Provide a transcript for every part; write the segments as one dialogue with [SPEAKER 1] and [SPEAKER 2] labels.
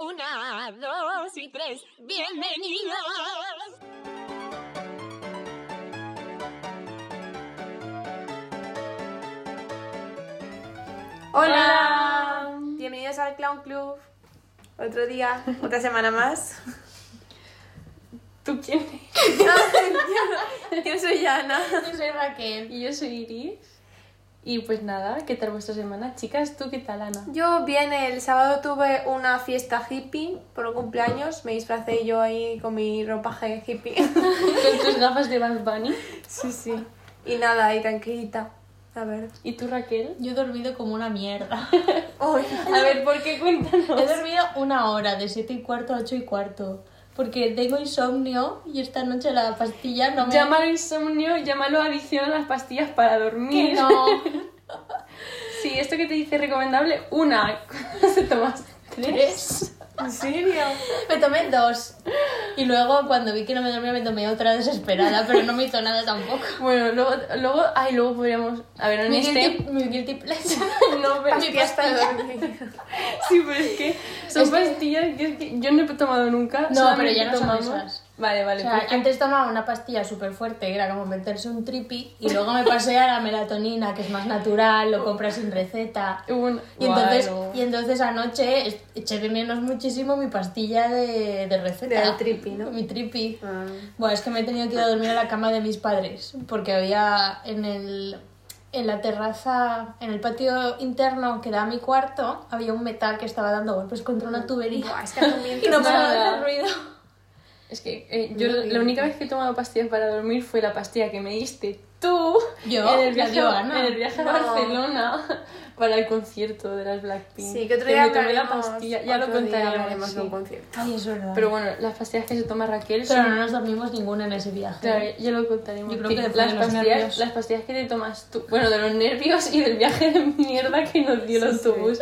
[SPEAKER 1] Una, dos y tres. Bienvenidos.
[SPEAKER 2] Hola. Bienvenidos al Clown Club. Otro día, otra semana más.
[SPEAKER 3] ¿Tú quién eres?
[SPEAKER 2] Yo soy Ana.
[SPEAKER 3] Yo soy Raquel. Em, Y yo soy Iris. Y pues nada, ¿qué tal vuestra semana? Chicas, ¿tú qué tal, Ana?
[SPEAKER 2] Yo bien, el sábado tuve una fiesta hippie por un cumpleaños. Me disfracé yo ahí con mi ropaje hippie.
[SPEAKER 3] Con tus gafas de Bad Bunny.
[SPEAKER 2] Sí, sí. Y nada, ahí tranquilita. A ver.
[SPEAKER 3] ¿Y tú, Raquel?
[SPEAKER 4] Yo he dormido como una mierda.
[SPEAKER 2] Uy.
[SPEAKER 3] A ver, ¿por qué cuéntanos?
[SPEAKER 4] He dormido una hora, de 7 y cuarto a 8 y cuarto. Porque tengo insomnio y esta noche la pastilla no me...
[SPEAKER 3] Llámalo insomnio, llámalo adicción a las pastillas para
[SPEAKER 4] Que
[SPEAKER 3] dormir.
[SPEAKER 4] no.
[SPEAKER 3] Sí, esto que te dice recomendable, una. ¿Cuántas te tomas?
[SPEAKER 4] Tres.
[SPEAKER 2] ¿En serio?
[SPEAKER 4] Me tomé dos. Y luego cuando vi que no me dormía me tomé otra desesperada, pero no me hizo nada tampoco.
[SPEAKER 3] Bueno, luego, luego, ay, luego podríamos, a ver, en
[SPEAKER 4] Mi
[SPEAKER 3] este,
[SPEAKER 4] guilty, mi guilty pleasure.
[SPEAKER 3] no, pero,
[SPEAKER 4] Mi
[SPEAKER 2] Pastillas para
[SPEAKER 4] pastilla.
[SPEAKER 2] dormir.
[SPEAKER 3] sí, pero es que son
[SPEAKER 4] Es que-
[SPEAKER 3] pastillas que... es que yo no he tomado nunca,
[SPEAKER 4] No,
[SPEAKER 3] solamente
[SPEAKER 4] pero ya no son
[SPEAKER 3] tomamos-
[SPEAKER 4] esas.
[SPEAKER 3] Vale,
[SPEAKER 4] O
[SPEAKER 3] vale,
[SPEAKER 4] sea,
[SPEAKER 3] porque-
[SPEAKER 4] antes tomaba una pastilla súper fuerte, era como meterse un tripi, y luego me pasé a la melatonina, que es más natural, lo compras sin receta.
[SPEAKER 3] Un-
[SPEAKER 4] Y entonces,
[SPEAKER 3] Guau.
[SPEAKER 4] y entonces anoche es- eché de menos muchísimo mi pastilla de, de receta.
[SPEAKER 2] Del tripi, ¿no?
[SPEAKER 4] Mi tripi.
[SPEAKER 2] Ah.
[SPEAKER 4] Bueno, es que me he tenido que ir a dormir a la cama de mis padres, porque había en el en la terraza, en el patio interno que da a mi cuarto, había un metal que estaba dando golpes contra una
[SPEAKER 2] Ah. Buah,
[SPEAKER 4] tubería.
[SPEAKER 2] es que no mientes
[SPEAKER 4] Y no paraba de
[SPEAKER 3] nada.
[SPEAKER 4] hacer ruido.
[SPEAKER 3] Es que eh, yo
[SPEAKER 2] Muy
[SPEAKER 3] la única
[SPEAKER 2] bien.
[SPEAKER 3] vez que he tomado pastillas para dormir fue la pastilla que me diste tú
[SPEAKER 4] Yo,
[SPEAKER 3] en el
[SPEAKER 4] la
[SPEAKER 3] viaje,
[SPEAKER 4] dio
[SPEAKER 3] a-
[SPEAKER 4] Ana.
[SPEAKER 3] en el viaje a
[SPEAKER 2] No.
[SPEAKER 3] Barcelona para el concierto de las Blackpink.
[SPEAKER 2] Sí, que otro día
[SPEAKER 3] me tomé la
[SPEAKER 2] hablaremos,
[SPEAKER 3] pastilla, ya lo
[SPEAKER 2] otro día
[SPEAKER 3] contaremos.
[SPEAKER 2] hablaremos de
[SPEAKER 3] sí.
[SPEAKER 2] un concierto.
[SPEAKER 4] Ay, es verdad.
[SPEAKER 3] Pero bueno, las pastillas que se toma Raquel
[SPEAKER 4] Pero
[SPEAKER 3] son-
[SPEAKER 4] no nos dormimos ninguna en ese viaje.
[SPEAKER 3] Claro, ya lo contaremos.
[SPEAKER 4] Yo creo que
[SPEAKER 3] Sí,
[SPEAKER 4] después
[SPEAKER 3] las,
[SPEAKER 4] de los
[SPEAKER 3] pastillas,
[SPEAKER 4] nervios.
[SPEAKER 3] las pastillas que te tomas tú, bueno, de los nervios y del viaje de mierda que nos dio el autobús,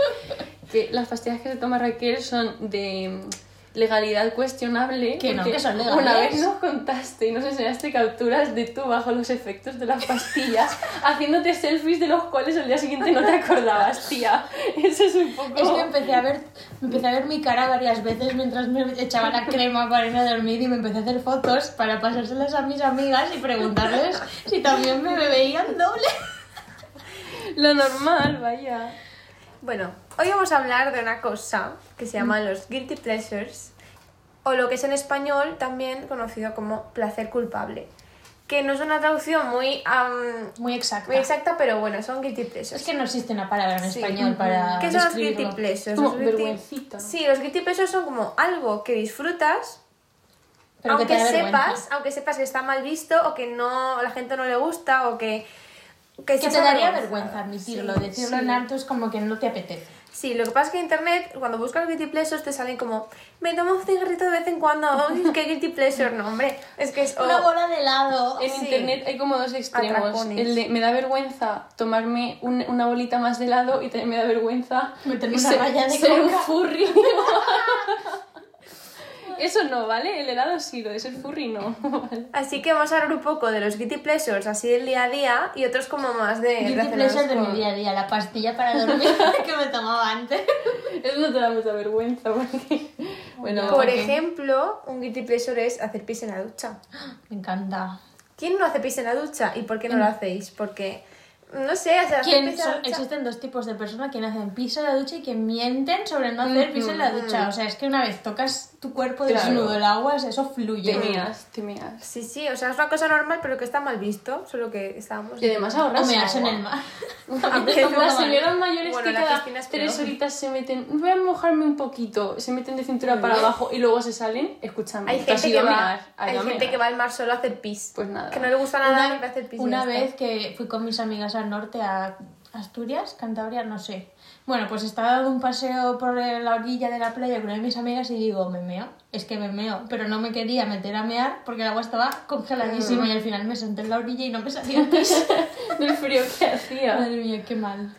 [SPEAKER 3] que las pastillas que se toma Raquel son de mm, legalidad cuestionable.
[SPEAKER 4] Que no,
[SPEAKER 3] porque
[SPEAKER 4] que son legales.
[SPEAKER 3] Una vez nos contaste y nos enseñaste capturas de tú bajo los efectos de las pastillas, haciéndote selfies de los cuales al día siguiente no te acordabas, tía. Eso es un poco...
[SPEAKER 4] Es que empecé a ver, empecé a ver mi cara varias veces mientras me echaba la crema para irme a dormir y me empecé a hacer fotos para pasárselas a mis amigas y preguntarles si también me veían doble.
[SPEAKER 3] Lo normal, vaya.
[SPEAKER 2] Bueno, hoy vamos a hablar de una cosa que se
[SPEAKER 4] Mm.
[SPEAKER 2] llama los guilty pleasures, o lo que es en español también conocido como placer culpable, que no es una traducción muy, am,
[SPEAKER 4] Muy exacta.
[SPEAKER 2] muy exacta, pero bueno, son guilty
[SPEAKER 4] Es
[SPEAKER 2] pleasures.
[SPEAKER 4] que no existe una palabra en
[SPEAKER 2] Sí.
[SPEAKER 4] español para
[SPEAKER 2] ¿Qué son los guilty
[SPEAKER 4] describirlo.
[SPEAKER 2] pleasures?
[SPEAKER 3] Como
[SPEAKER 2] Los guilty-
[SPEAKER 3] vergüencita.
[SPEAKER 2] Sí, los guilty pleasures son como algo que disfrutas,
[SPEAKER 4] Pero que te
[SPEAKER 2] aunque
[SPEAKER 4] da vergüenza.
[SPEAKER 2] sepas, aunque sepas que está mal visto o que no a la gente no le gusta o que que,
[SPEAKER 4] Que
[SPEAKER 2] estás
[SPEAKER 4] te daría
[SPEAKER 2] avergonzada.
[SPEAKER 4] vergüenza admitirlo,
[SPEAKER 2] Sí,
[SPEAKER 4] decirlo
[SPEAKER 2] sí.
[SPEAKER 4] en alto es como que no te apetece.
[SPEAKER 2] Sí, lo que pasa es que en internet, cuando buscas guilty pleasures, te salen como, me tomo un cigarrito de vez en cuando, Ay, qué guilty pleasure, no, hombre, es que es... o-
[SPEAKER 4] Una bola de helado.
[SPEAKER 3] En
[SPEAKER 2] Sí.
[SPEAKER 3] internet hay como dos extremos.
[SPEAKER 2] Atracones.
[SPEAKER 3] El de me da vergüenza tomarme un- una bolita más de helado y también me da vergüenza
[SPEAKER 4] Meterme una raya de
[SPEAKER 3] ser un
[SPEAKER 4] coca.
[SPEAKER 3] furry. eso no, ¿vale? El helado sí, lo es el furry no. Vale.
[SPEAKER 2] Así que vamos a hablar un poco de los guilty pleasures, así del día a día, y otros como más de...
[SPEAKER 4] Guilty
[SPEAKER 2] relacionados
[SPEAKER 4] pleasure de
[SPEAKER 2] con-
[SPEAKER 4] mi día a día, la pastilla para dormir que me tomaba antes.
[SPEAKER 3] Eso no te da mucha vergüenza porque... Bueno,
[SPEAKER 2] Por
[SPEAKER 3] porque-
[SPEAKER 2] ejemplo, un guilty pleasure es hacer pis en la ducha.
[SPEAKER 4] Me encanta.
[SPEAKER 2] ¿Quién no hace pis en la ducha y por qué no lo hacéis? Porque, no sé, o sea, hacer
[SPEAKER 4] Mm. ¿Quién
[SPEAKER 2] pis en la
[SPEAKER 4] son-
[SPEAKER 2] ducha-
[SPEAKER 4] existen dos tipos de personas quien hacen pis en la ducha y que mienten sobre no hacer pis en la ducha. O sea, es que una vez tocas tu cuerpo
[SPEAKER 3] Claro.
[SPEAKER 4] desnudo el agua, o sea, eso fluye.
[SPEAKER 3] Te meas, te meas.
[SPEAKER 2] Sí, sí, o sea, es una cosa normal, pero que está mal visto, solo que estábamos...
[SPEAKER 3] Y además
[SPEAKER 4] O
[SPEAKER 3] ahorras
[SPEAKER 4] meas en
[SPEAKER 3] agua.
[SPEAKER 4] el mar.
[SPEAKER 2] Aunque es
[SPEAKER 3] Las
[SPEAKER 2] normal.
[SPEAKER 3] señoras mayores
[SPEAKER 2] Bueno,
[SPEAKER 3] que
[SPEAKER 2] la
[SPEAKER 3] cada
[SPEAKER 2] Cristina es
[SPEAKER 3] tres
[SPEAKER 2] peor.
[SPEAKER 3] horitas se meten, voy a mojarme un poquito, se meten de cintura para abajo y luego se salen, escúchame.
[SPEAKER 2] Hay
[SPEAKER 3] te has
[SPEAKER 2] gente, que
[SPEAKER 3] ido a
[SPEAKER 2] va,
[SPEAKER 3] mear, a
[SPEAKER 2] hay
[SPEAKER 3] la
[SPEAKER 2] gente
[SPEAKER 3] mear.
[SPEAKER 2] que va al mar solo a hacer pis.
[SPEAKER 3] Pues nada.
[SPEAKER 2] Que no le gusta nada ni va a hacer pis. y
[SPEAKER 4] una
[SPEAKER 2] ya está.
[SPEAKER 4] vez que fui con mis amigas al norte a Asturias, Cantabria, no sé. Bueno, pues estaba dando un paseo por la orilla de la playa con una de mis amigas y digo, me meo, es que me meo, pero no me quería meter a mear porque el agua estaba
[SPEAKER 3] Mm.
[SPEAKER 4] congeladísima y al final me senté en la orilla y no me salía el pis.
[SPEAKER 3] del frío que hacía.
[SPEAKER 4] Madre mía, qué mal.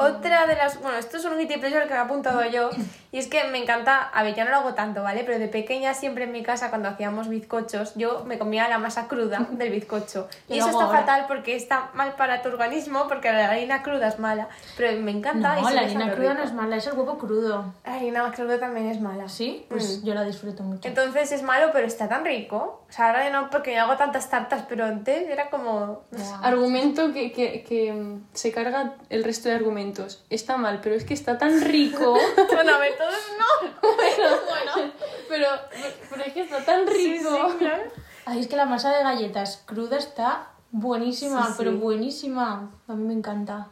[SPEAKER 2] Otra de las. Bueno, esto es un guilty pleasure que me he apuntado yo. Y es que me encanta, a ver, ya no lo hago tanto, ¿vale? Pero de pequeña siempre en mi casa cuando hacíamos bizcochos, yo me comía la masa cruda del bizcocho.
[SPEAKER 4] Yo
[SPEAKER 2] y eso
[SPEAKER 4] lo hago
[SPEAKER 2] está
[SPEAKER 4] ahora.
[SPEAKER 2] fatal porque está mal para tu organismo, porque la harina cruda es mala. Pero me encanta y
[SPEAKER 4] No, la
[SPEAKER 2] siempre
[SPEAKER 4] harina
[SPEAKER 2] sabe
[SPEAKER 4] cruda
[SPEAKER 2] rico.
[SPEAKER 4] no es mala, es el huevo crudo.
[SPEAKER 2] La harina cruda también es mala.
[SPEAKER 4] ¿Sí? Pues
[SPEAKER 2] Mm.
[SPEAKER 4] yo la disfruto mucho.
[SPEAKER 2] Entonces es malo, pero está tan rico. O sea, ahora ya no, porque yo hago tantas tartas, pero antes era como... no sé.
[SPEAKER 3] Argumento que, que- que, mm, se carga el resto de argumentos. Está mal, pero es que está tan rico.
[SPEAKER 2] Bueno, a ver, todos no.
[SPEAKER 3] pero, pero es que está tan
[SPEAKER 2] Sí, sí,
[SPEAKER 3] rico.
[SPEAKER 2] claro.
[SPEAKER 4] Ay, es que la masa de galletas cruda está buenísima, pero buenísima. A mí me encanta.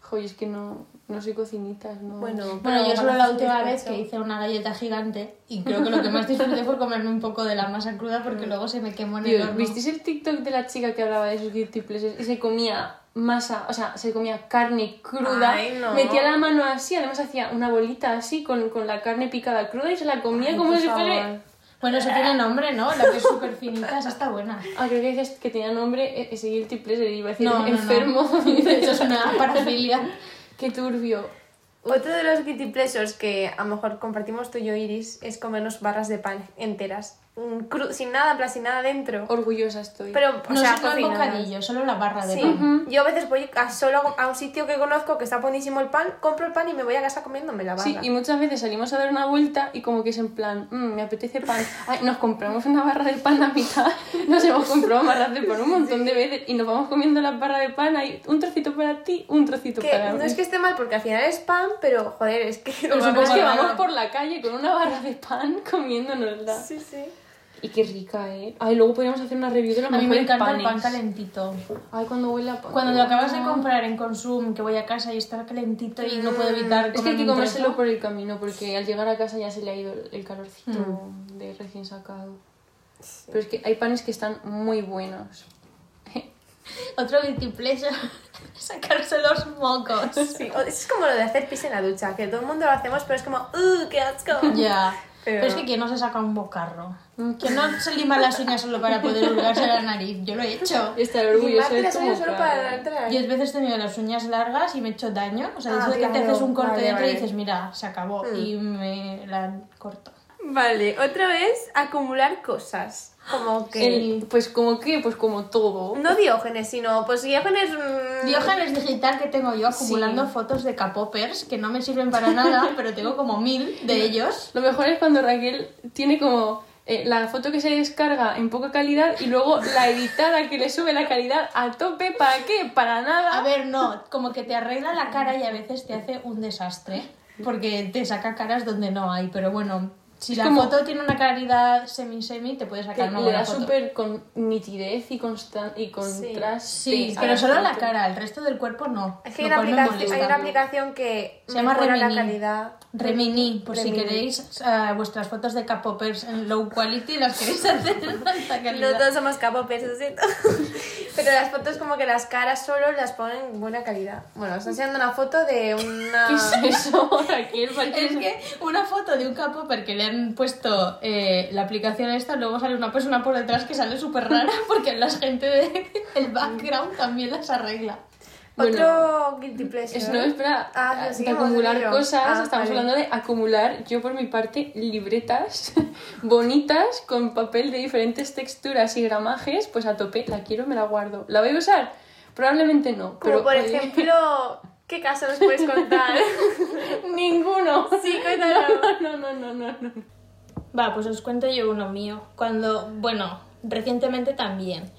[SPEAKER 3] Joder, es que no, no soy cocinita. No.
[SPEAKER 2] Bueno,
[SPEAKER 4] Bueno,
[SPEAKER 2] pero
[SPEAKER 4] yo solo la
[SPEAKER 3] pues
[SPEAKER 2] haces
[SPEAKER 4] última vez
[SPEAKER 2] bizcocho.
[SPEAKER 4] que hice una galleta gigante y creo que lo que más disfruté fue comerme un poco de la masa cruda
[SPEAKER 2] Mm.
[SPEAKER 4] porque luego se me quemó en el
[SPEAKER 3] Tío,
[SPEAKER 4] horno.
[SPEAKER 3] ¿visteis el TikTok de la chica que hablaba de sus guilty pleasures? Y se comía masa, o sea, se comía carne cruda.
[SPEAKER 2] Ay, no.
[SPEAKER 3] Metía la mano así, además hacía una bolita así con, con la carne picada cruda y se la comía
[SPEAKER 2] Ay,
[SPEAKER 3] como
[SPEAKER 2] por
[SPEAKER 3] si
[SPEAKER 2] favor.
[SPEAKER 3] fuera...
[SPEAKER 4] Bueno, eso tiene nombre, ¿no? La que es súper finita, esa está buena.
[SPEAKER 3] Ah, creo que decías que tenía nombre e- ese guilty pleasure y iba a decir
[SPEAKER 4] No, no, no.
[SPEAKER 3] enfermo.
[SPEAKER 4] Eso es una parafilia.
[SPEAKER 3] Qué turbio.
[SPEAKER 2] Otro de los guilty pleasures que a lo mejor compartimos tú y yo, Iris, es comernos barras de pan enteras. Mm, cru- sin nada, en plan, sin nada dentro.
[SPEAKER 3] Orgullosa estoy.
[SPEAKER 2] Pero, o
[SPEAKER 4] No
[SPEAKER 2] sea,
[SPEAKER 4] solo el
[SPEAKER 2] cocinadas.
[SPEAKER 4] bocadillo, solo la barra de
[SPEAKER 2] Sí,
[SPEAKER 4] pan.
[SPEAKER 2] yo a veces voy a, solo a un- a un sitio que conozco que está buenísimo el pan, compro el pan y me voy a casa comiéndome la barra.
[SPEAKER 3] Sí, y muchas veces salimos a dar una vuelta y como que es en plan, "Mm, me apetece pan. Ay, nos compramos una barra de pan a mitad, nos hemos comprado barras de pan un montón de veces y nos vamos comiendo las barras de pan, hay un trocito para ti, un trocito
[SPEAKER 2] Que
[SPEAKER 3] para
[SPEAKER 2] no
[SPEAKER 3] mí.
[SPEAKER 2] es que esté mal porque al final es pan, pero joder, es que...
[SPEAKER 3] Pero
[SPEAKER 2] lo
[SPEAKER 3] supongo
[SPEAKER 2] barras-
[SPEAKER 3] que
[SPEAKER 4] raro.
[SPEAKER 3] vamos por la calle con una barra de pan comiéndonosla.
[SPEAKER 2] Sí, sí.
[SPEAKER 3] Y qué rica, ¿eh? Ay, luego podríamos hacer una review de los
[SPEAKER 4] A mí me
[SPEAKER 3] mejores
[SPEAKER 4] encanta el pan
[SPEAKER 3] panes.
[SPEAKER 4] calentito.
[SPEAKER 3] Ay, cuando huele a pan.
[SPEAKER 4] Cuando te lo acabas de comprar en Consum, que voy a casa y está calentito y no puedo evitar
[SPEAKER 3] Es que hay que
[SPEAKER 4] comerme un
[SPEAKER 3] comérselo
[SPEAKER 4] trozo.
[SPEAKER 3] por el camino, porque al llegar a casa ya se le ha ido el calorcito
[SPEAKER 4] Mm.
[SPEAKER 3] de recién sacado. Pero es que hay panes que están muy buenos.
[SPEAKER 4] Otro guilty pleasure, sacarse los mocos.
[SPEAKER 2] Sí, o- Es como lo de hacer pis en la ducha, que todo el mundo lo hacemos, pero es como, ¡uh, qué asco!
[SPEAKER 4] Ya.
[SPEAKER 2] Pero-
[SPEAKER 4] Pero... es que ¿quién no se saca un bocarro? ¿Quién no se lima las uñas solo para poder hurgarse la nariz? Yo lo he hecho.
[SPEAKER 3] Estar
[SPEAKER 2] Limarte
[SPEAKER 3] orgulloso de
[SPEAKER 2] las
[SPEAKER 3] tu
[SPEAKER 2] uñas solo para
[SPEAKER 3] mojarra.
[SPEAKER 2] darte la-
[SPEAKER 4] Diez veces he tenido las uñas largas y me he hecho daño. O sea,
[SPEAKER 2] Ah,
[SPEAKER 4] desde que te
[SPEAKER 2] claro.
[SPEAKER 4] haces un corte
[SPEAKER 2] Vale,
[SPEAKER 4] dentro
[SPEAKER 2] vale.
[SPEAKER 4] y dices, mira, se acabó. Y me la corto.
[SPEAKER 2] Vale, otra vez acumular cosas. Como que.
[SPEAKER 3] El- pues como que, pues como todo.
[SPEAKER 2] No Diógenes, sino. Pues Diógenes. mm,
[SPEAKER 4] Diógenes digital que tengo yo acumulando fotos de capopers que no me sirven para nada, pero tengo como mil de ellos.
[SPEAKER 3] Lo mejor es cuando Raquel tiene como eh, la foto que se descarga en poca calidad y luego la editada que le sube la calidad a tope. ¿Para qué? Para nada.
[SPEAKER 4] A ver, no, como que te arregla la cara y a veces te hace un desastre, porque te saca caras donde no hay, pero bueno, si la
[SPEAKER 3] como-
[SPEAKER 4] foto tiene una calidad semi-semi, te puede
[SPEAKER 3] Que
[SPEAKER 4] sacar una
[SPEAKER 3] le da
[SPEAKER 4] buena foto.
[SPEAKER 3] súper con nitidez y, constan y contraste.
[SPEAKER 4] Sí,
[SPEAKER 3] a
[SPEAKER 4] pero solo la
[SPEAKER 3] foto.
[SPEAKER 4] cara, el resto del cuerpo no.
[SPEAKER 2] ah, Es que hay
[SPEAKER 4] lo
[SPEAKER 2] una,
[SPEAKER 4] cual me
[SPEAKER 2] aplicación, hay
[SPEAKER 4] molesta.
[SPEAKER 2] una aplicación que
[SPEAKER 4] Se llama
[SPEAKER 2] mejora la
[SPEAKER 4] Remini.
[SPEAKER 2] calidad.
[SPEAKER 4] Remini, por si
[SPEAKER 2] Remini.
[SPEAKER 4] queréis eh, vuestras fotos de K-popers en low quality las queréis hacer en alta calidad.
[SPEAKER 2] No todos somos capopers, lo siento. Pero las fotos, como que las caras solo las ponen en buena calidad. Bueno, os estoy enseñando una foto de una.
[SPEAKER 3] ¿Qué es eso, Raquel? ¿Para qué
[SPEAKER 4] Es que una foto de un K-popper que le han puesto eh, la aplicación esta, luego sale una persona por detrás que sale súper rara porque la gente de- del background también las arregla.
[SPEAKER 2] Otro guilty pleasure.
[SPEAKER 3] Es, no, espera,
[SPEAKER 2] Ah, pero
[SPEAKER 3] de
[SPEAKER 2] sí que hemos
[SPEAKER 3] acumular
[SPEAKER 2] leído.
[SPEAKER 3] cosas,
[SPEAKER 2] Ah,
[SPEAKER 3] estamos
[SPEAKER 2] vale.
[SPEAKER 3] hablando de acumular, yo por mi parte, libretas bonitas con papel de diferentes texturas y gramajes, pues a tope, la quiero, me la guardo. ¿La voy a usar? Probablemente
[SPEAKER 2] Como
[SPEAKER 3] no, pero
[SPEAKER 2] por
[SPEAKER 3] oye,
[SPEAKER 2] ejemplo. ¿Qué caso nos puedes contar?
[SPEAKER 3] ninguno.
[SPEAKER 2] sí, cuéntanos.
[SPEAKER 3] No, no, no, no, no.
[SPEAKER 4] Va, pues os cuento yo uno mío. Cuando, bueno, recientemente también.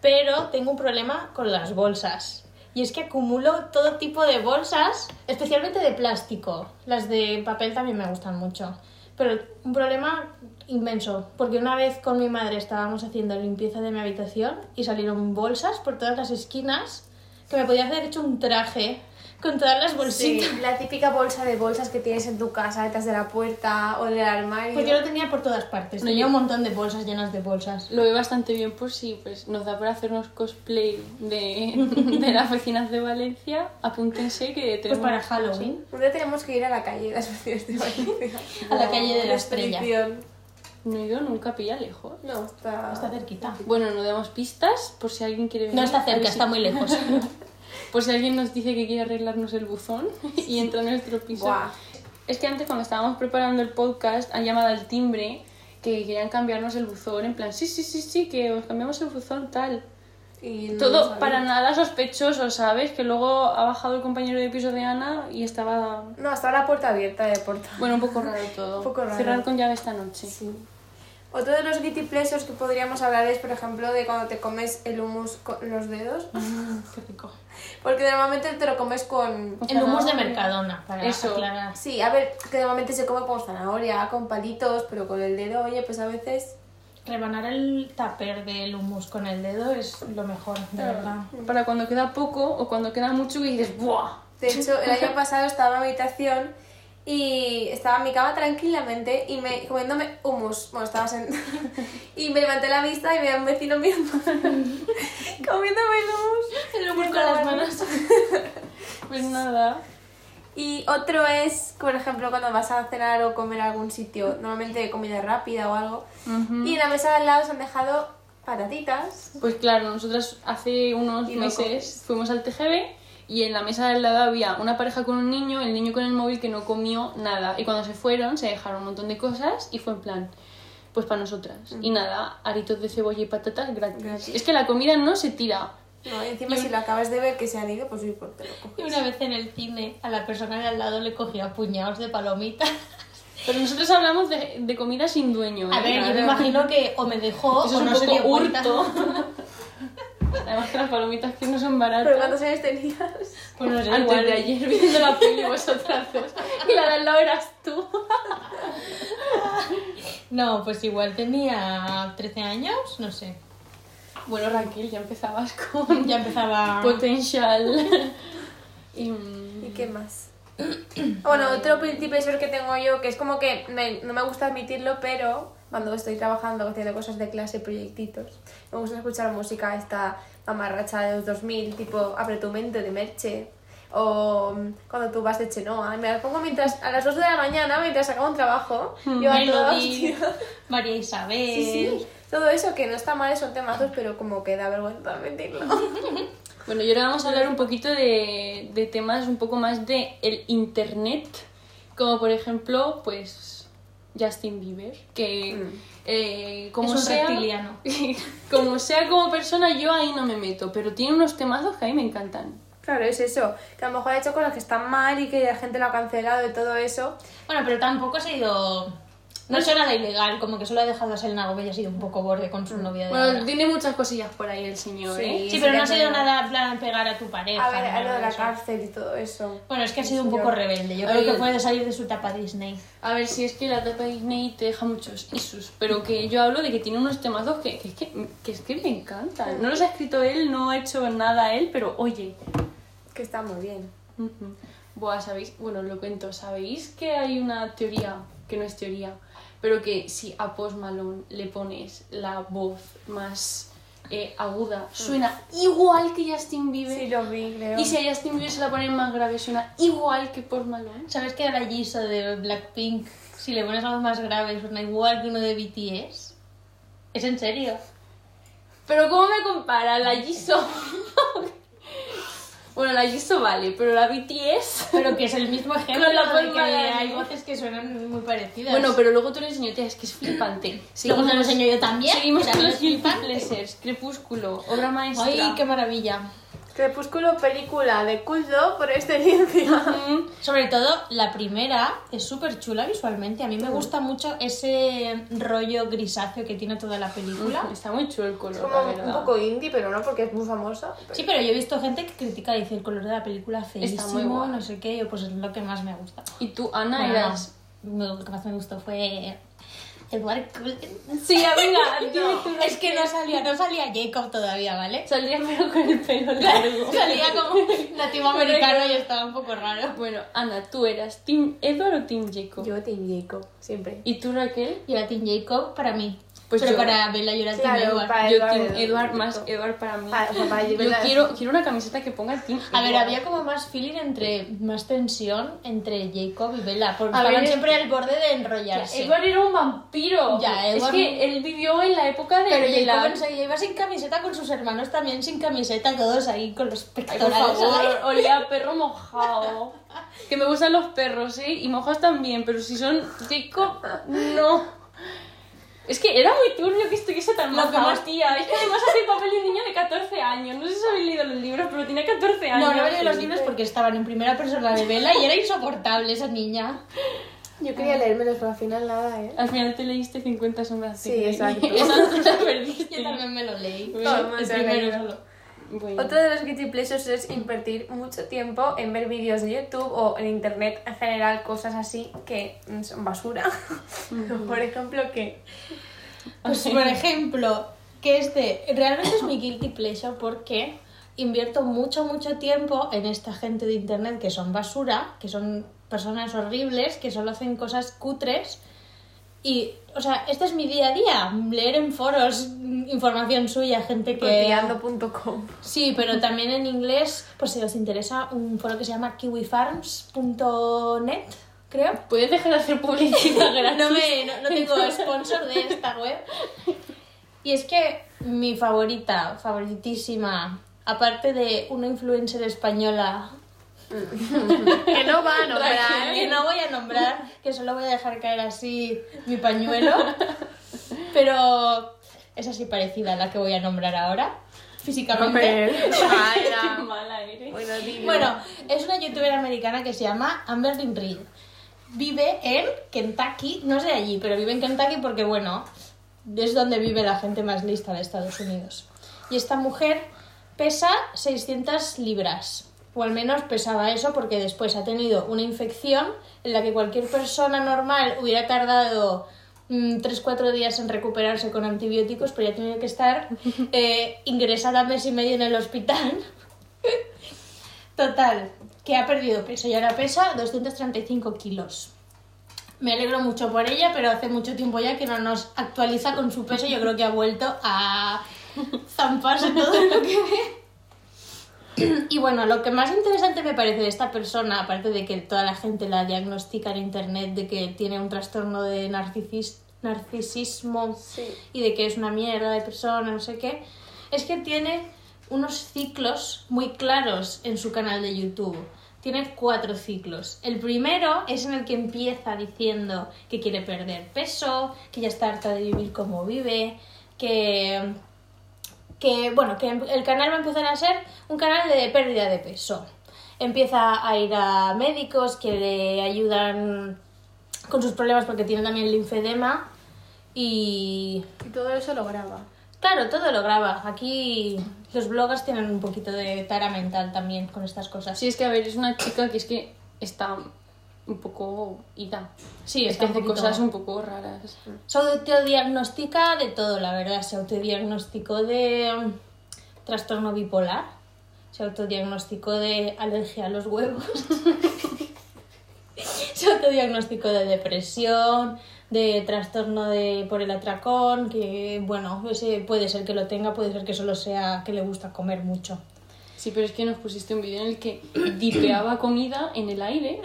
[SPEAKER 4] Pero tengo un problema con las bolsas. Y es que acumulo todo tipo de bolsas, especialmente de plástico. Las de papel también me gustan mucho. Pero un problema inmenso, porque una vez con mi madre estábamos haciendo limpieza de mi habitación y salieron bolsas por todas las esquinas que me podía haber hecho un traje con todas las
[SPEAKER 2] Sí,
[SPEAKER 4] bolsitas.
[SPEAKER 2] la típica bolsa de bolsas que tienes en tu casa, detrás de la puerta o del armario.
[SPEAKER 4] Pues yo lo tenía por todas partes.
[SPEAKER 3] No,
[SPEAKER 4] Tenía
[SPEAKER 3] yo-
[SPEAKER 4] un montón de bolsas llenas de bolsas.
[SPEAKER 3] Lo veo bastante bien por si pues, nos da para hacernos cosplay de, de las vecinas de Valencia. Apúntense que tenemos...
[SPEAKER 4] Pues para Halloween.
[SPEAKER 2] Un día tenemos que ir a la calle de las vecinas de Valencia.
[SPEAKER 4] A la calle de la Estrella.
[SPEAKER 2] Expedición.
[SPEAKER 3] No he ido nunca a pilla lejos.
[SPEAKER 2] No, está...
[SPEAKER 4] Está cerquita.
[SPEAKER 3] Bueno, no damos pistas por si alguien quiere venir.
[SPEAKER 4] No está
[SPEAKER 3] a
[SPEAKER 4] cerca, está
[SPEAKER 3] visitar.
[SPEAKER 4] muy lejos.
[SPEAKER 3] Por si alguien nos dice que quiere arreglarnos el buzón y entra a nuestro piso.
[SPEAKER 2] Buah.
[SPEAKER 3] Es que antes cuando estábamos preparando el podcast han llamado al timbre que querían cambiarnos el buzón, en plan, sí, sí, sí, sí, que os cambiamos el buzón tal.
[SPEAKER 2] Y no lo
[SPEAKER 3] Todo
[SPEAKER 2] sabía.
[SPEAKER 3] para nada sospechoso, ¿sabes? Que luego ha bajado el compañero de piso de Ana y estaba,
[SPEAKER 2] No, estaba la puerta abierta de puerta.
[SPEAKER 3] bueno, un poco raro todo.
[SPEAKER 2] Un poco raro.
[SPEAKER 3] Cerrar con llave esta noche.
[SPEAKER 2] Sí. Otro de los guilty pleasures que podríamos hablar es, por ejemplo, de cuando te comes el hummus con los dedos.
[SPEAKER 4] Qué rico.
[SPEAKER 2] Porque normalmente te lo comes con...
[SPEAKER 4] El hummus de Mercadona, para
[SPEAKER 3] Eso.
[SPEAKER 4] aclarar.
[SPEAKER 2] Sí, a ver, que normalmente se come con zanahoria, con palitos, pero con el dedo, oye, pues a veces...
[SPEAKER 4] Rebanar el tupper del hummus con el dedo es lo mejor, de verdad.
[SPEAKER 3] Para cuando queda poco o cuando queda mucho y dices, ¡buah!
[SPEAKER 2] De hecho, el año pasado estaba en mi habitación y estaba en mi cama tranquilamente y me comiéndome hummus. Bueno, estaba sentada. Y me levanté la vista y me un vecino mirando. comiéndome el hummus.
[SPEAKER 4] El hummus con las manos.
[SPEAKER 3] Pues nada.
[SPEAKER 2] Y otro es, por ejemplo, cuando vas a cenar o comer a algún sitio, normalmente de comida rápida o algo,
[SPEAKER 4] Mm.
[SPEAKER 2] y en la mesa de al lado se han dejado patatitas.
[SPEAKER 3] Pues claro, nosotras hace unos
[SPEAKER 2] Y no
[SPEAKER 3] meses fuimos al TGV y en la mesa del lado había una pareja con un niño, el niño con el móvil que no comió nada. Y cuando se fueron se dejaron un montón de cosas y fue en plan, pues para nosotras. Y nada, aritos de cebolla y patatas gratis.
[SPEAKER 2] Gratis.
[SPEAKER 3] Es que la comida no se tira.
[SPEAKER 2] No, y encima si lo acabas de ver que se han ido, pues uy, pues te lo
[SPEAKER 4] Y
[SPEAKER 2] coges.
[SPEAKER 4] una vez en el cine, a la persona de al lado le cogía puñados de palomitas.
[SPEAKER 3] Pero nosotros hablamos de, de comida sin dueño.
[SPEAKER 4] A
[SPEAKER 3] ¿eh?
[SPEAKER 4] ver, yo
[SPEAKER 3] Claro.
[SPEAKER 4] me imagino que o me dejó
[SPEAKER 3] Eso
[SPEAKER 4] o
[SPEAKER 3] es
[SPEAKER 4] no
[SPEAKER 3] un
[SPEAKER 4] se dio
[SPEAKER 3] poco
[SPEAKER 4] cuenta.
[SPEAKER 3] hurto. Además que las palomitas que no son baratas.
[SPEAKER 2] ¿Pero cuántos años tenías?
[SPEAKER 4] Pues nos da
[SPEAKER 3] Antes
[SPEAKER 4] igual.
[SPEAKER 3] de ayer viendo la peli vosotras dos. Y la de al lado eras tú.
[SPEAKER 4] No, pues igual tenía 13 años, no sé.
[SPEAKER 3] Bueno, Raquel, ya empezabas con
[SPEAKER 4] Ya empezaba...
[SPEAKER 3] Potential. Y, mm,
[SPEAKER 2] ¿Y qué más? bueno, otro guilty pleasure que tengo yo, que es como que me- no me gusta admitirlo, pero cuando estoy trabajando, haciendo cosas de clase, proyectitos, me gusta escuchar música esta mamarracha de los 2000, tipo Abre tu mente de Merche, o mm, cuando tú vas de Chenoa, y me la pongo mientras, a las 2 de la mañana, mientras acabo un trabajo, yo a toda
[SPEAKER 4] Melody,
[SPEAKER 2] hostia.
[SPEAKER 4] María Isabel...
[SPEAKER 2] Mm. Sí, sí, todo eso que no está mal, son temazos, pero como que da vergüenza admitirlo.
[SPEAKER 3] Bueno, y ahora vamos a hablar un poquito de, de temas un poco más de el internet. Como por ejemplo, pues Justin Bieber. Que eh, como
[SPEAKER 4] Es un
[SPEAKER 3] sea.
[SPEAKER 4] reptiliano.
[SPEAKER 3] como sea como persona, yo ahí no me meto. Pero tiene unos temazos que a mí me encantan.
[SPEAKER 2] Claro, es eso, que a lo mejor ha hecho cosas que están mal y que la gente lo ha cancelado y todo eso,
[SPEAKER 4] Bueno, pero tampoco se ha ido... No ha hecho nada ilegal, como que solo ha dejado a Selena Gomez y ha sido un poco borde con su novia de
[SPEAKER 3] Bueno,
[SPEAKER 4] ahora.
[SPEAKER 3] tiene muchas cosillas por ahí el señor,
[SPEAKER 2] Sí.
[SPEAKER 3] ¿eh?
[SPEAKER 4] Sí,
[SPEAKER 2] se
[SPEAKER 4] pero
[SPEAKER 2] le
[SPEAKER 4] no
[SPEAKER 2] ha
[SPEAKER 4] ha sido
[SPEAKER 2] podido-
[SPEAKER 4] nada en plan pegar a tu pareja.
[SPEAKER 2] A ver,
[SPEAKER 4] ni
[SPEAKER 2] a lo
[SPEAKER 4] nada
[SPEAKER 2] de
[SPEAKER 4] de
[SPEAKER 2] la
[SPEAKER 4] eso.
[SPEAKER 2] cárcel y todo eso.
[SPEAKER 4] Bueno, es que ha sido un
[SPEAKER 2] señor.
[SPEAKER 4] poco rebelde. Yo
[SPEAKER 3] A
[SPEAKER 4] creo
[SPEAKER 3] ver.
[SPEAKER 4] que puede salir de su tapa Disney.
[SPEAKER 3] A ver, si es que la tapa Disney te deja muchos isus, pero que yo hablo de que tiene unos temazos que, que, es que, que es que me encantan. No los ha escrito él, no ha hecho nada él, pero oye.
[SPEAKER 2] Que está muy bien.
[SPEAKER 3] ujú. Buah, ¿sabéis? Bueno, os lo cuento. ¿Sabéis que hay una teoría, que no es teoría, pero que si a Post Malone le pones la voz más eh, aguda, suena igual que Justin Bieber?
[SPEAKER 2] Mm. Sí, lo vi, creo.
[SPEAKER 3] Y si a Justin Bieber se la ponen más grave, suena igual que Post Malone.
[SPEAKER 4] ¿Sabes que ahora Jisoo de Blackpink, si le pones algo más grave, suena igual que uno de BTS? ¿Es en serio?
[SPEAKER 3] Pero ¿cómo me compara la Jisoo? bueno, la Jisoo vale, pero la BTS...
[SPEAKER 4] Pero que es el mismo ejemplo
[SPEAKER 3] Con la
[SPEAKER 4] de
[SPEAKER 3] forma
[SPEAKER 4] que
[SPEAKER 3] de la
[SPEAKER 4] hay
[SPEAKER 3] voz.
[SPEAKER 4] voces que suenan muy parecidas.
[SPEAKER 3] Bueno, pero luego te lo enseño, tía, es que es flipante.
[SPEAKER 4] Luego te lo enseño yo también.
[SPEAKER 3] Seguimos
[SPEAKER 4] que
[SPEAKER 3] con los
[SPEAKER 4] también
[SPEAKER 3] guilty
[SPEAKER 4] es flipante.
[SPEAKER 3] pleasures. Crepúsculo, obra maestra.
[SPEAKER 4] Ay, qué maravilla.
[SPEAKER 2] Crepúsculo, película de culto por excelencia.
[SPEAKER 3] Mm,
[SPEAKER 4] Sobre todo, la primera es súper chula visualmente. A mí me
[SPEAKER 3] Mm.
[SPEAKER 4] gusta mucho ese rollo grisáceo que tiene toda la película.
[SPEAKER 3] Está muy chulo el color,
[SPEAKER 2] Es
[SPEAKER 3] la
[SPEAKER 2] como
[SPEAKER 3] verdad.
[SPEAKER 2] un poco indie, pero no porque es muy famosa. pero-
[SPEAKER 4] Sí, pero yo he visto gente que critica y dice el color de la película feísimo,
[SPEAKER 3] muy guay.
[SPEAKER 4] no sé qué, yo pues es lo que más me gusta.
[SPEAKER 3] Y tú, Ana,
[SPEAKER 4] Bueno,
[SPEAKER 3] eras...
[SPEAKER 4] me- lo que más me gustó fue Edward Cullen.
[SPEAKER 3] Sí, ya, venga, dime tú.
[SPEAKER 4] es que no salía, no salía Jacob todavía, ¿vale?
[SPEAKER 3] Salía pero con el pelo largo.
[SPEAKER 4] Salía como nativo americano y estaba un poco raro.
[SPEAKER 3] Bueno, Ana, ¿tú eras Team Edward o Team Jacob?
[SPEAKER 2] Yo te indico, siempre.
[SPEAKER 3] ¿Y tú, Raquel?
[SPEAKER 4] Y era Team Jacob para mí.
[SPEAKER 3] Pues
[SPEAKER 4] Pero
[SPEAKER 3] yo,
[SPEAKER 4] para verla llorar
[SPEAKER 2] Claro,
[SPEAKER 4] tiene Eduard.
[SPEAKER 2] para-
[SPEAKER 3] yo
[SPEAKER 2] Eduard,
[SPEAKER 3] Team
[SPEAKER 2] Eduard,
[SPEAKER 3] Eduard más
[SPEAKER 2] perfecto.
[SPEAKER 3] Eduard para mí.
[SPEAKER 4] Ah,
[SPEAKER 2] Pa- Ah, papá,
[SPEAKER 3] yo
[SPEAKER 2] ¿verdad?
[SPEAKER 3] quiero, quiero una camiseta que ponga Team
[SPEAKER 4] A ver,
[SPEAKER 3] Eduard.
[SPEAKER 4] había como más feeling entre, más tensión entre Jacob y Bella, porque
[SPEAKER 3] A
[SPEAKER 4] estaban
[SPEAKER 3] ver, es-
[SPEAKER 4] siempre al borde de enrollarse.
[SPEAKER 3] Edward era un vampiro.
[SPEAKER 4] Ya,
[SPEAKER 3] es
[SPEAKER 4] Edward-
[SPEAKER 3] que él vivió en la época de,
[SPEAKER 4] Pero
[SPEAKER 3] de la...
[SPEAKER 4] Jacob enseguida iba sin camiseta con sus hermanos también sin camiseta, todos ahí con los
[SPEAKER 3] Ay, por
[SPEAKER 4] pectorales.
[SPEAKER 3] favor,
[SPEAKER 4] al
[SPEAKER 3] olía a perro mojado. Que me gustan los perros, ¿eh? Y mojados también, pero si son Jacob, no. Es que era muy turbio que estuviese tan
[SPEAKER 4] Lo que
[SPEAKER 3] mojado,
[SPEAKER 4] más-
[SPEAKER 3] tía. Es que además hace el papel de un niño de 14 años. No sé si habéis leído los libros, pero tenía 14
[SPEAKER 4] aire.
[SPEAKER 3] años.
[SPEAKER 4] No, no leí los libros porque estaban en primera persona de Bella y era insoportable esa niña.
[SPEAKER 2] Yo quería leérmelos, pero al final nada, ¿eh?
[SPEAKER 3] Al final te leíste 50 sombras. de
[SPEAKER 2] Sí,
[SPEAKER 3] Grey.
[SPEAKER 2] exacto.
[SPEAKER 3] Esa tú la
[SPEAKER 4] Yo
[SPEAKER 3] perdiste.
[SPEAKER 4] también me lo leí.
[SPEAKER 3] Bueno,
[SPEAKER 2] Todo el mundo
[SPEAKER 4] el
[SPEAKER 2] se lo
[SPEAKER 4] primero
[SPEAKER 2] leyó.
[SPEAKER 4] solo.
[SPEAKER 3] Bueno.
[SPEAKER 2] Otro de los guilty pleasures es invertir mucho tiempo en ver vídeos de YouTube o en internet en general, cosas así que mm, son basura. Por ejemplo, que
[SPEAKER 4] Pues,
[SPEAKER 3] Ok.
[SPEAKER 4] por ejemplo, que este realmente es mi guilty pleasure porque invierto mucho, mucho tiempo en esta gente de internet que son basura, que son personas horribles, que solo hacen cosas cutres. Y, o sea, este es mi día a día, leer en foros mm, información suya, gente que...
[SPEAKER 2] copiando.com.
[SPEAKER 4] Sí, pero también en inglés, pues si os interesa, un foro que se llama kiwifarms.net, creo.
[SPEAKER 3] Puedes dejar de hacer publicidad gratis.
[SPEAKER 4] No, me, no, no tengo sponsor de esta web. Y es que mi favorita, favoritísima, aparte de una influencer española
[SPEAKER 2] que no va a nombrar.
[SPEAKER 4] que no voy a nombrar, que solo voy a dejar caer así mi pañuelo, pero es así parecida a la que voy a nombrar ahora, físicamente.
[SPEAKER 3] Qué
[SPEAKER 2] Vaya.
[SPEAKER 3] mala eres.
[SPEAKER 2] Bueno, dime.
[SPEAKER 4] Bueno, es una youtuber americana que se llama Amberlyn Reed. Vive en Kentucky, no es de allí, pero vive en Kentucky porque, bueno, es donde vive la gente más lista de Estados Unidos. Y esta mujer pesa 600 libras, o al menos pesaba eso porque después ha tenido una infección en la que cualquier persona normal hubiera tardado 3-4 días en recuperarse con antibióticos, pero ya ha tenido que estar eh, ingresada mes y medio en el hospital. Total, que ha perdido peso y ahora pesa 235 kilos. Me alegro mucho por ella, pero hace mucho tiempo ya que no nos actualiza con su peso. Yo creo que ha vuelto a zamparse todo lo que ve. Y bueno, lo que más interesante me parece de esta persona, aparte de que toda la gente la diagnostica en internet de que tiene un trastorno de narcisis- narcisismo
[SPEAKER 2] Sí.
[SPEAKER 4] y de que es una mierda de persona, no sé qué, es que tiene unos ciclos muy claros en su canal de YouTube. Tiene cuatro ciclos. El primero es en el que empieza diciendo que quiere perder peso, que ya está harta de vivir como vive, que que bueno, que el canal va a empezar a ser un canal de pérdida de peso. Empieza a ir a médicos que le ayudan con sus problemas porque tiene también linfedema y
[SPEAKER 2] Y todo eso lo graba.
[SPEAKER 4] claro, todo lo graba. Aquí los bloggers tienen un poquito de tara mental también con estas cosas.
[SPEAKER 3] Sí, es que a ver, es una chica que es que está un poco ida.
[SPEAKER 4] Sí,
[SPEAKER 3] es que
[SPEAKER 4] está un
[SPEAKER 3] hace
[SPEAKER 4] poquito-
[SPEAKER 3] cosas un poco raras.
[SPEAKER 4] Se autodiagnostica de todo, la verdad. Se autodiagnosticó de mm, trastorno bipolar. Se autodiagnosticó de alergia a los huevos. se autodiagnosticó de depresión, de trastorno de por el atracón, que bueno, ese puede ser que lo tenga, puede ser que solo sea que le gusta comer mucho.
[SPEAKER 3] Sí, pero es que nos pusiste un vídeo en el que dipeaba comida en el aire,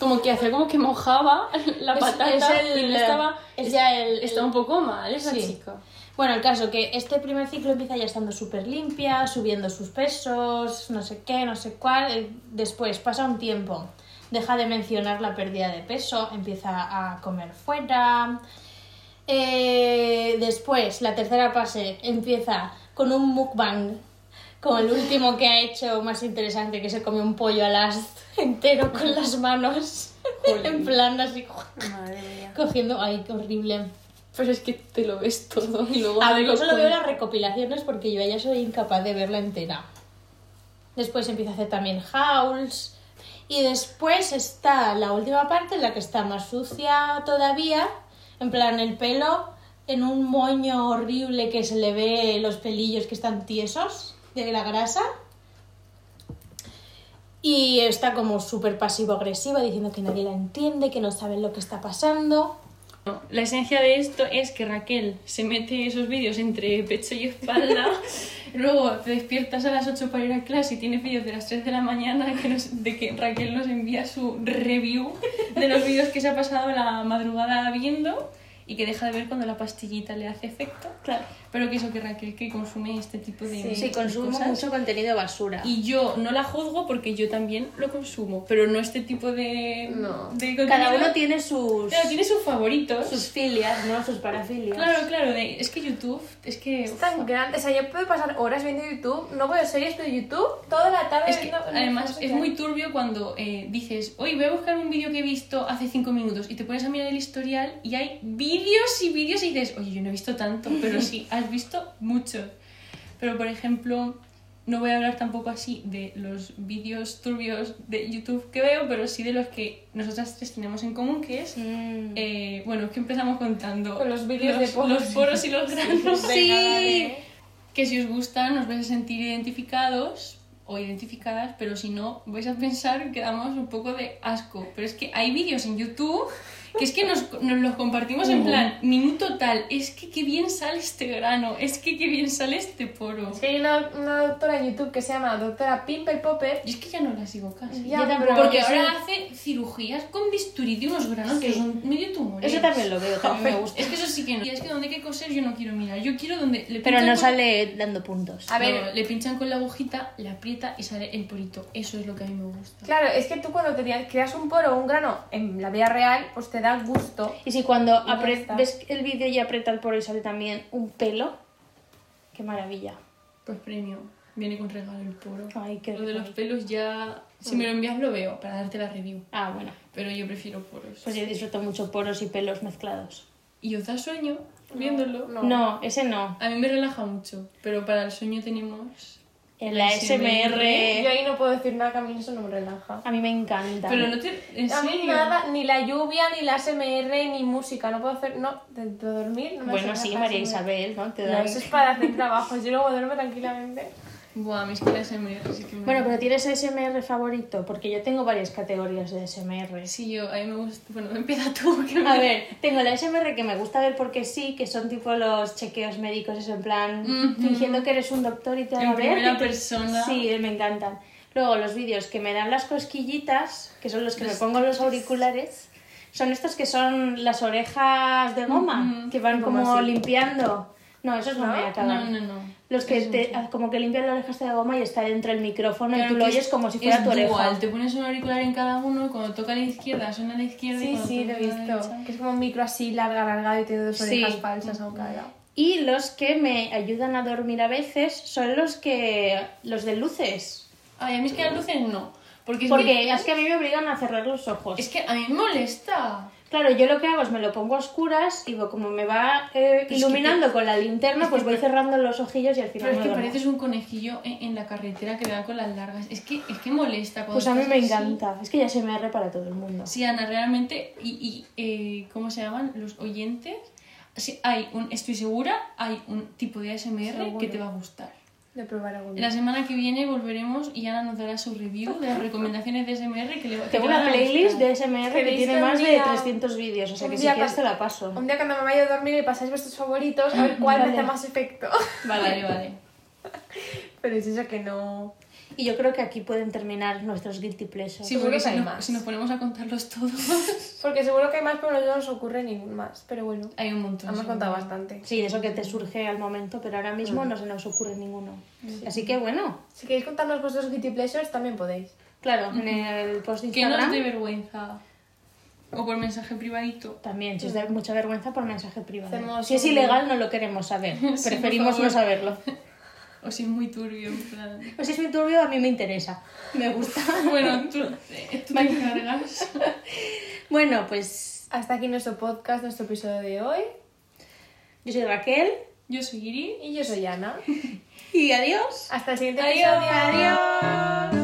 [SPEAKER 3] como que hacía como que mojaba la
[SPEAKER 4] Es-
[SPEAKER 3] patata
[SPEAKER 4] es el-
[SPEAKER 3] y no estaba...
[SPEAKER 4] es ya el-
[SPEAKER 3] Está
[SPEAKER 4] el-
[SPEAKER 3] un poco mal esa
[SPEAKER 4] Sí.
[SPEAKER 3] chica.
[SPEAKER 4] Bueno, el caso que este primer ciclo empieza ya estando súper limpia, subiendo sus pesos, no sé qué, no sé cuál. Eh, Después pasa un tiempo, deja de mencionar la pérdida de peso, empieza a comer fuera. Eh, después, la tercera fase empieza con un mukbang, como el último que ha hecho más interesante, que se come un pollo al as entero con las manos, en plan así,
[SPEAKER 2] Madre mía.
[SPEAKER 4] cogiendo, ay, qué horrible.
[SPEAKER 3] Pero es que te lo ves todo y luego...
[SPEAKER 4] A
[SPEAKER 3] no
[SPEAKER 4] ver,
[SPEAKER 3] lo
[SPEAKER 4] yo solo veo
[SPEAKER 3] cuentas.
[SPEAKER 4] las recopilaciones porque yo ya soy incapaz de verla entera. Después empieza a hacer también Howls. Y después está la última parte, en la que está más sucia todavía. En plan, el pelo en un moño horrible que se le ve los pelillos que están tiesos de la grasa. Y está como súper pasivo-agresiva diciendo que nadie la entiende, que no sabe lo que está pasando.
[SPEAKER 3] La esencia de esto es que Raquel se mete esos vídeos entre pecho y espalda, luego te despiertas a las 8 para ir a clase y tienes vídeos de las 3 de la mañana que nos- de que Raquel nos envía su review de los vídeos que se ha pasado la madrugada viendo y que deja de ver cuando la pastillita le hace efecto.
[SPEAKER 4] Claro.
[SPEAKER 3] Pero que eso que Raquel que consume este tipo de
[SPEAKER 4] Sí,
[SPEAKER 3] de
[SPEAKER 4] consumo
[SPEAKER 3] cosas.
[SPEAKER 4] mucho contenido basura.
[SPEAKER 3] Y yo no la juzgo porque yo también lo consumo, pero no este tipo de,
[SPEAKER 2] No.
[SPEAKER 3] de
[SPEAKER 4] Cada
[SPEAKER 3] contenido.
[SPEAKER 4] uno tiene sus,
[SPEAKER 3] Claro, tiene sus favoritos.
[SPEAKER 4] sus filias, no sus parafilias.
[SPEAKER 3] Claro, claro, de- es que YouTube, es que...
[SPEAKER 2] Es tan grande. O sea, yo puedo pasar horas viendo YouTube, no veo series, pero YouTube toda la tarde
[SPEAKER 3] Es que
[SPEAKER 2] viendo-
[SPEAKER 3] además
[SPEAKER 2] no sé
[SPEAKER 3] es
[SPEAKER 2] qué.
[SPEAKER 3] muy turbio cuando eh, dices, hoy voy a buscar un vídeo que he visto hace 5 minutos y te pones a mirar el historial y hay vídeos y vídeos y dices, oye, yo no he visto tanto, pero sí, has visto muchos. Pero por ejemplo, no voy a hablar tampoco así de los vídeos turbios de YouTube que veo, pero sí de los que nosotras tres tenemos en común, que es,
[SPEAKER 4] Mm.
[SPEAKER 3] eh, bueno, es que empezamos contando
[SPEAKER 2] Con los vídeos de
[SPEAKER 3] los,
[SPEAKER 2] poros.
[SPEAKER 3] los poros y los granos.
[SPEAKER 2] Venga, dale.
[SPEAKER 3] que si os gustan os vais a sentir identificados o identificadas, pero si no vais a pensar que damos un poco de asco. Pero es que hay vídeos en YouTube que es que nos, nos los compartimos en plan minuto tal, es que qué bien sale este grano, es que qué bien sale este poro.
[SPEAKER 2] Es que hay una, una doctora en YouTube que se llama doctora Pimple Popper.
[SPEAKER 3] Yo es que ya no la sigo casi.
[SPEAKER 2] Ya,
[SPEAKER 5] tampoco,
[SPEAKER 2] pero-
[SPEAKER 3] Porque
[SPEAKER 2] sí.
[SPEAKER 3] ahora hace cirugías con bisturí de unos granos que son medio tumores.
[SPEAKER 4] Eso también lo veo, también me gusta.
[SPEAKER 3] Es que eso sí que no. Y es que donde hay que coser yo no quiero mirar. Yo quiero donde le
[SPEAKER 4] Pero
[SPEAKER 3] pinchan
[SPEAKER 4] no
[SPEAKER 3] con-
[SPEAKER 4] sale dando puntos.
[SPEAKER 2] A ver,
[SPEAKER 3] No, le pinchan con la agujita, la aprieta y sale el porito. Eso es lo que a mí me gusta.
[SPEAKER 2] Claro, es que tú cuando te creas un poro o un grano en la vida real, pues te da gusto.
[SPEAKER 4] Y si cuando
[SPEAKER 2] ya
[SPEAKER 4] apre-
[SPEAKER 2] está.
[SPEAKER 4] ves el vídeo y aprieta el poro y sale también un pelo, qué maravilla.
[SPEAKER 3] Pues premio. Viene con regalo el poro.
[SPEAKER 4] Ay, qué
[SPEAKER 3] Lo de
[SPEAKER 4] rico.
[SPEAKER 3] los pelos ya... Si me lo envías lo veo para darte la review.
[SPEAKER 4] Ah, bueno,
[SPEAKER 3] Pero yo prefiero poros.
[SPEAKER 4] pues yo disfruto mucho poros y pelos mezclados.
[SPEAKER 3] ¿Y os da sueño viéndolo?
[SPEAKER 2] No.
[SPEAKER 4] No, ese no.
[SPEAKER 3] A mí me relaja mucho. Pero para el sueño tenemos...
[SPEAKER 4] En la
[SPEAKER 2] Yo
[SPEAKER 4] SMR
[SPEAKER 2] ahí no puedo decir nada, que a mí eso no me relaja.
[SPEAKER 4] a mí me encanta.
[SPEAKER 3] Pero no te... ¿en
[SPEAKER 2] A mí
[SPEAKER 3] serio?
[SPEAKER 2] nada, ni la lluvia, ni la SMR, ni música. No puedo hacer. No, de, de dormir no me
[SPEAKER 4] Bueno,
[SPEAKER 2] relaja
[SPEAKER 4] sí, María
[SPEAKER 2] SMR.
[SPEAKER 4] Isabel, ¿no? Te
[SPEAKER 2] No,
[SPEAKER 4] da...
[SPEAKER 2] eso es para hacer trabajos. Yo luego duermo tranquilamente.
[SPEAKER 3] Buah, mis clases me... sí que me-
[SPEAKER 4] Bueno, pero ¿tienes SMR favorito? Porque yo tengo varias categorías de SMR.
[SPEAKER 3] Sí, yo... A mí me gusta... Bueno, empieza tú. Que me-
[SPEAKER 4] A ver, tengo la SMR que me gusta ver porque sí, que son tipo los chequeos médicos, eso en plan,
[SPEAKER 3] Ujú.
[SPEAKER 4] fingiendo que eres un doctor y te van
[SPEAKER 3] En
[SPEAKER 4] a ver.
[SPEAKER 3] primera
[SPEAKER 4] y te-
[SPEAKER 3] persona.
[SPEAKER 4] Sí, eh, me encantan. Luego los vídeos que me dan las cosquillitas, que son los que me pongo en los auriculares, son estos que son las orejas de goma,
[SPEAKER 3] Ujú.
[SPEAKER 4] que van
[SPEAKER 2] Goma,
[SPEAKER 4] como
[SPEAKER 2] sí.
[SPEAKER 4] limpiando. No, esos no,
[SPEAKER 2] ¿No?
[SPEAKER 4] me
[SPEAKER 3] No,
[SPEAKER 4] acaban.
[SPEAKER 3] no, no.
[SPEAKER 4] Los que
[SPEAKER 3] Eso
[SPEAKER 4] te, como que limpian las orejas de goma y está dentro del micrófono
[SPEAKER 3] Claro
[SPEAKER 4] y tú
[SPEAKER 3] que
[SPEAKER 4] lo
[SPEAKER 3] es-
[SPEAKER 4] oyes como si fuera
[SPEAKER 3] es
[SPEAKER 4] tu oreja.
[SPEAKER 3] dual, te pones un auricular en cada uno y cuando toca a la izquierda suena a la izquierda. y
[SPEAKER 2] Sí,
[SPEAKER 3] cuando
[SPEAKER 2] sí, lo
[SPEAKER 3] toca
[SPEAKER 2] he
[SPEAKER 3] a la
[SPEAKER 2] visto.
[SPEAKER 3] derecha.
[SPEAKER 2] Que es como un micro así, larga, larga, y tiene dos
[SPEAKER 4] Sí.
[SPEAKER 2] orejas falsas a un cara.
[SPEAKER 4] Y los que me ayudan a dormir a veces son los que los de luces.
[SPEAKER 3] Ay, a mí es que las luces no. Porque es,
[SPEAKER 4] Porque
[SPEAKER 3] que,
[SPEAKER 4] es que a mí me obligan a cerrar los ojos.
[SPEAKER 3] es que a mí me molesta.
[SPEAKER 4] Claro, yo lo que hago es me lo pongo a oscuras y voy- como me va eh,
[SPEAKER 3] Pero es
[SPEAKER 4] iluminando
[SPEAKER 3] que
[SPEAKER 4] con la linterna, pues voy cerrando los ojillos y al final
[SPEAKER 3] Pero es
[SPEAKER 4] me
[SPEAKER 3] que
[SPEAKER 4] duermo.
[SPEAKER 3] pareces un conejillo en, en la carretera que dan con las largas. Es que, es que molesta. Cuando
[SPEAKER 4] Pues a mí
[SPEAKER 3] estás
[SPEAKER 4] me
[SPEAKER 3] así.
[SPEAKER 4] encanta. Es que ya se me arre para todo el mundo.
[SPEAKER 3] Sí, Ana, realmente. ¿Y, y, eh, cómo se llaman? Los oyentes. Sí, hay un, estoy segura, hay un tipo de ASMR que
[SPEAKER 2] Seguro.
[SPEAKER 3] te va a gustar.
[SPEAKER 2] De probar algún día.
[SPEAKER 3] La semana que viene volveremos y Ana nos dará su review de las recomendaciones de SMR que le que
[SPEAKER 4] Tengo
[SPEAKER 3] le van
[SPEAKER 4] una
[SPEAKER 3] a
[SPEAKER 4] playlist
[SPEAKER 3] gustar.
[SPEAKER 4] de SMR que
[SPEAKER 2] ¿Queréis
[SPEAKER 4] tiene
[SPEAKER 2] que un
[SPEAKER 4] más de
[SPEAKER 2] día-
[SPEAKER 4] 300 vídeos, o sea
[SPEAKER 2] un
[SPEAKER 4] que si
[SPEAKER 2] día
[SPEAKER 4] quieres
[SPEAKER 2] pas-
[SPEAKER 4] te la paso.
[SPEAKER 2] Un día cuando me vaya a dormir me pasáis vuestros favoritos a ver cuál me hace más efecto.
[SPEAKER 3] Vale, vale.
[SPEAKER 2] Pero es eso que no.
[SPEAKER 4] Y yo creo que aquí pueden terminar nuestros guilty pleasures.
[SPEAKER 3] Sí,
[SPEAKER 2] Seguro
[SPEAKER 3] porque
[SPEAKER 2] que
[SPEAKER 3] si,
[SPEAKER 2] hay
[SPEAKER 3] no-
[SPEAKER 2] más.
[SPEAKER 3] si nos ponemos a contarlos todos,
[SPEAKER 2] Porque seguro que hay más, pero no se nos ocurre ningún más. Pero bueno,
[SPEAKER 3] hay un montón.
[SPEAKER 2] hemos
[SPEAKER 3] seguro.
[SPEAKER 2] contado bastante.
[SPEAKER 4] Sí, de eso que te surge al momento, pero ahora mismo no se nos ocurre ninguno. Así que bueno,
[SPEAKER 2] Si queréis contarnos vuestros guilty pleasures, también podéis.
[SPEAKER 4] claro, en el post de
[SPEAKER 3] Que no os dé
[SPEAKER 4] Instagram
[SPEAKER 3] vergüenza. O por mensaje privadito.
[SPEAKER 4] también, si os da mucha vergüenza por mensaje privado.
[SPEAKER 2] Hacemos
[SPEAKER 4] si es
[SPEAKER 2] un-
[SPEAKER 4] ilegal no lo queremos saber,
[SPEAKER 3] Sí, por
[SPEAKER 4] preferimos
[SPEAKER 3] favor.
[SPEAKER 4] no saberlo.
[SPEAKER 3] O si es muy turbio, en plan.
[SPEAKER 4] Pues si es muy turbio, a mí me interesa, me gusta.
[SPEAKER 3] Bueno, tú, eh, tú te encargas.
[SPEAKER 4] Bueno, pues
[SPEAKER 2] Hasta aquí nuestro podcast, nuestro episodio de hoy.
[SPEAKER 4] yo soy Raquel
[SPEAKER 3] Yo soy Iri.
[SPEAKER 2] Y yo soy Ana.
[SPEAKER 4] y adiós.
[SPEAKER 2] Hasta el siguiente
[SPEAKER 3] Adiós.
[SPEAKER 2] episodio.
[SPEAKER 4] Adiós.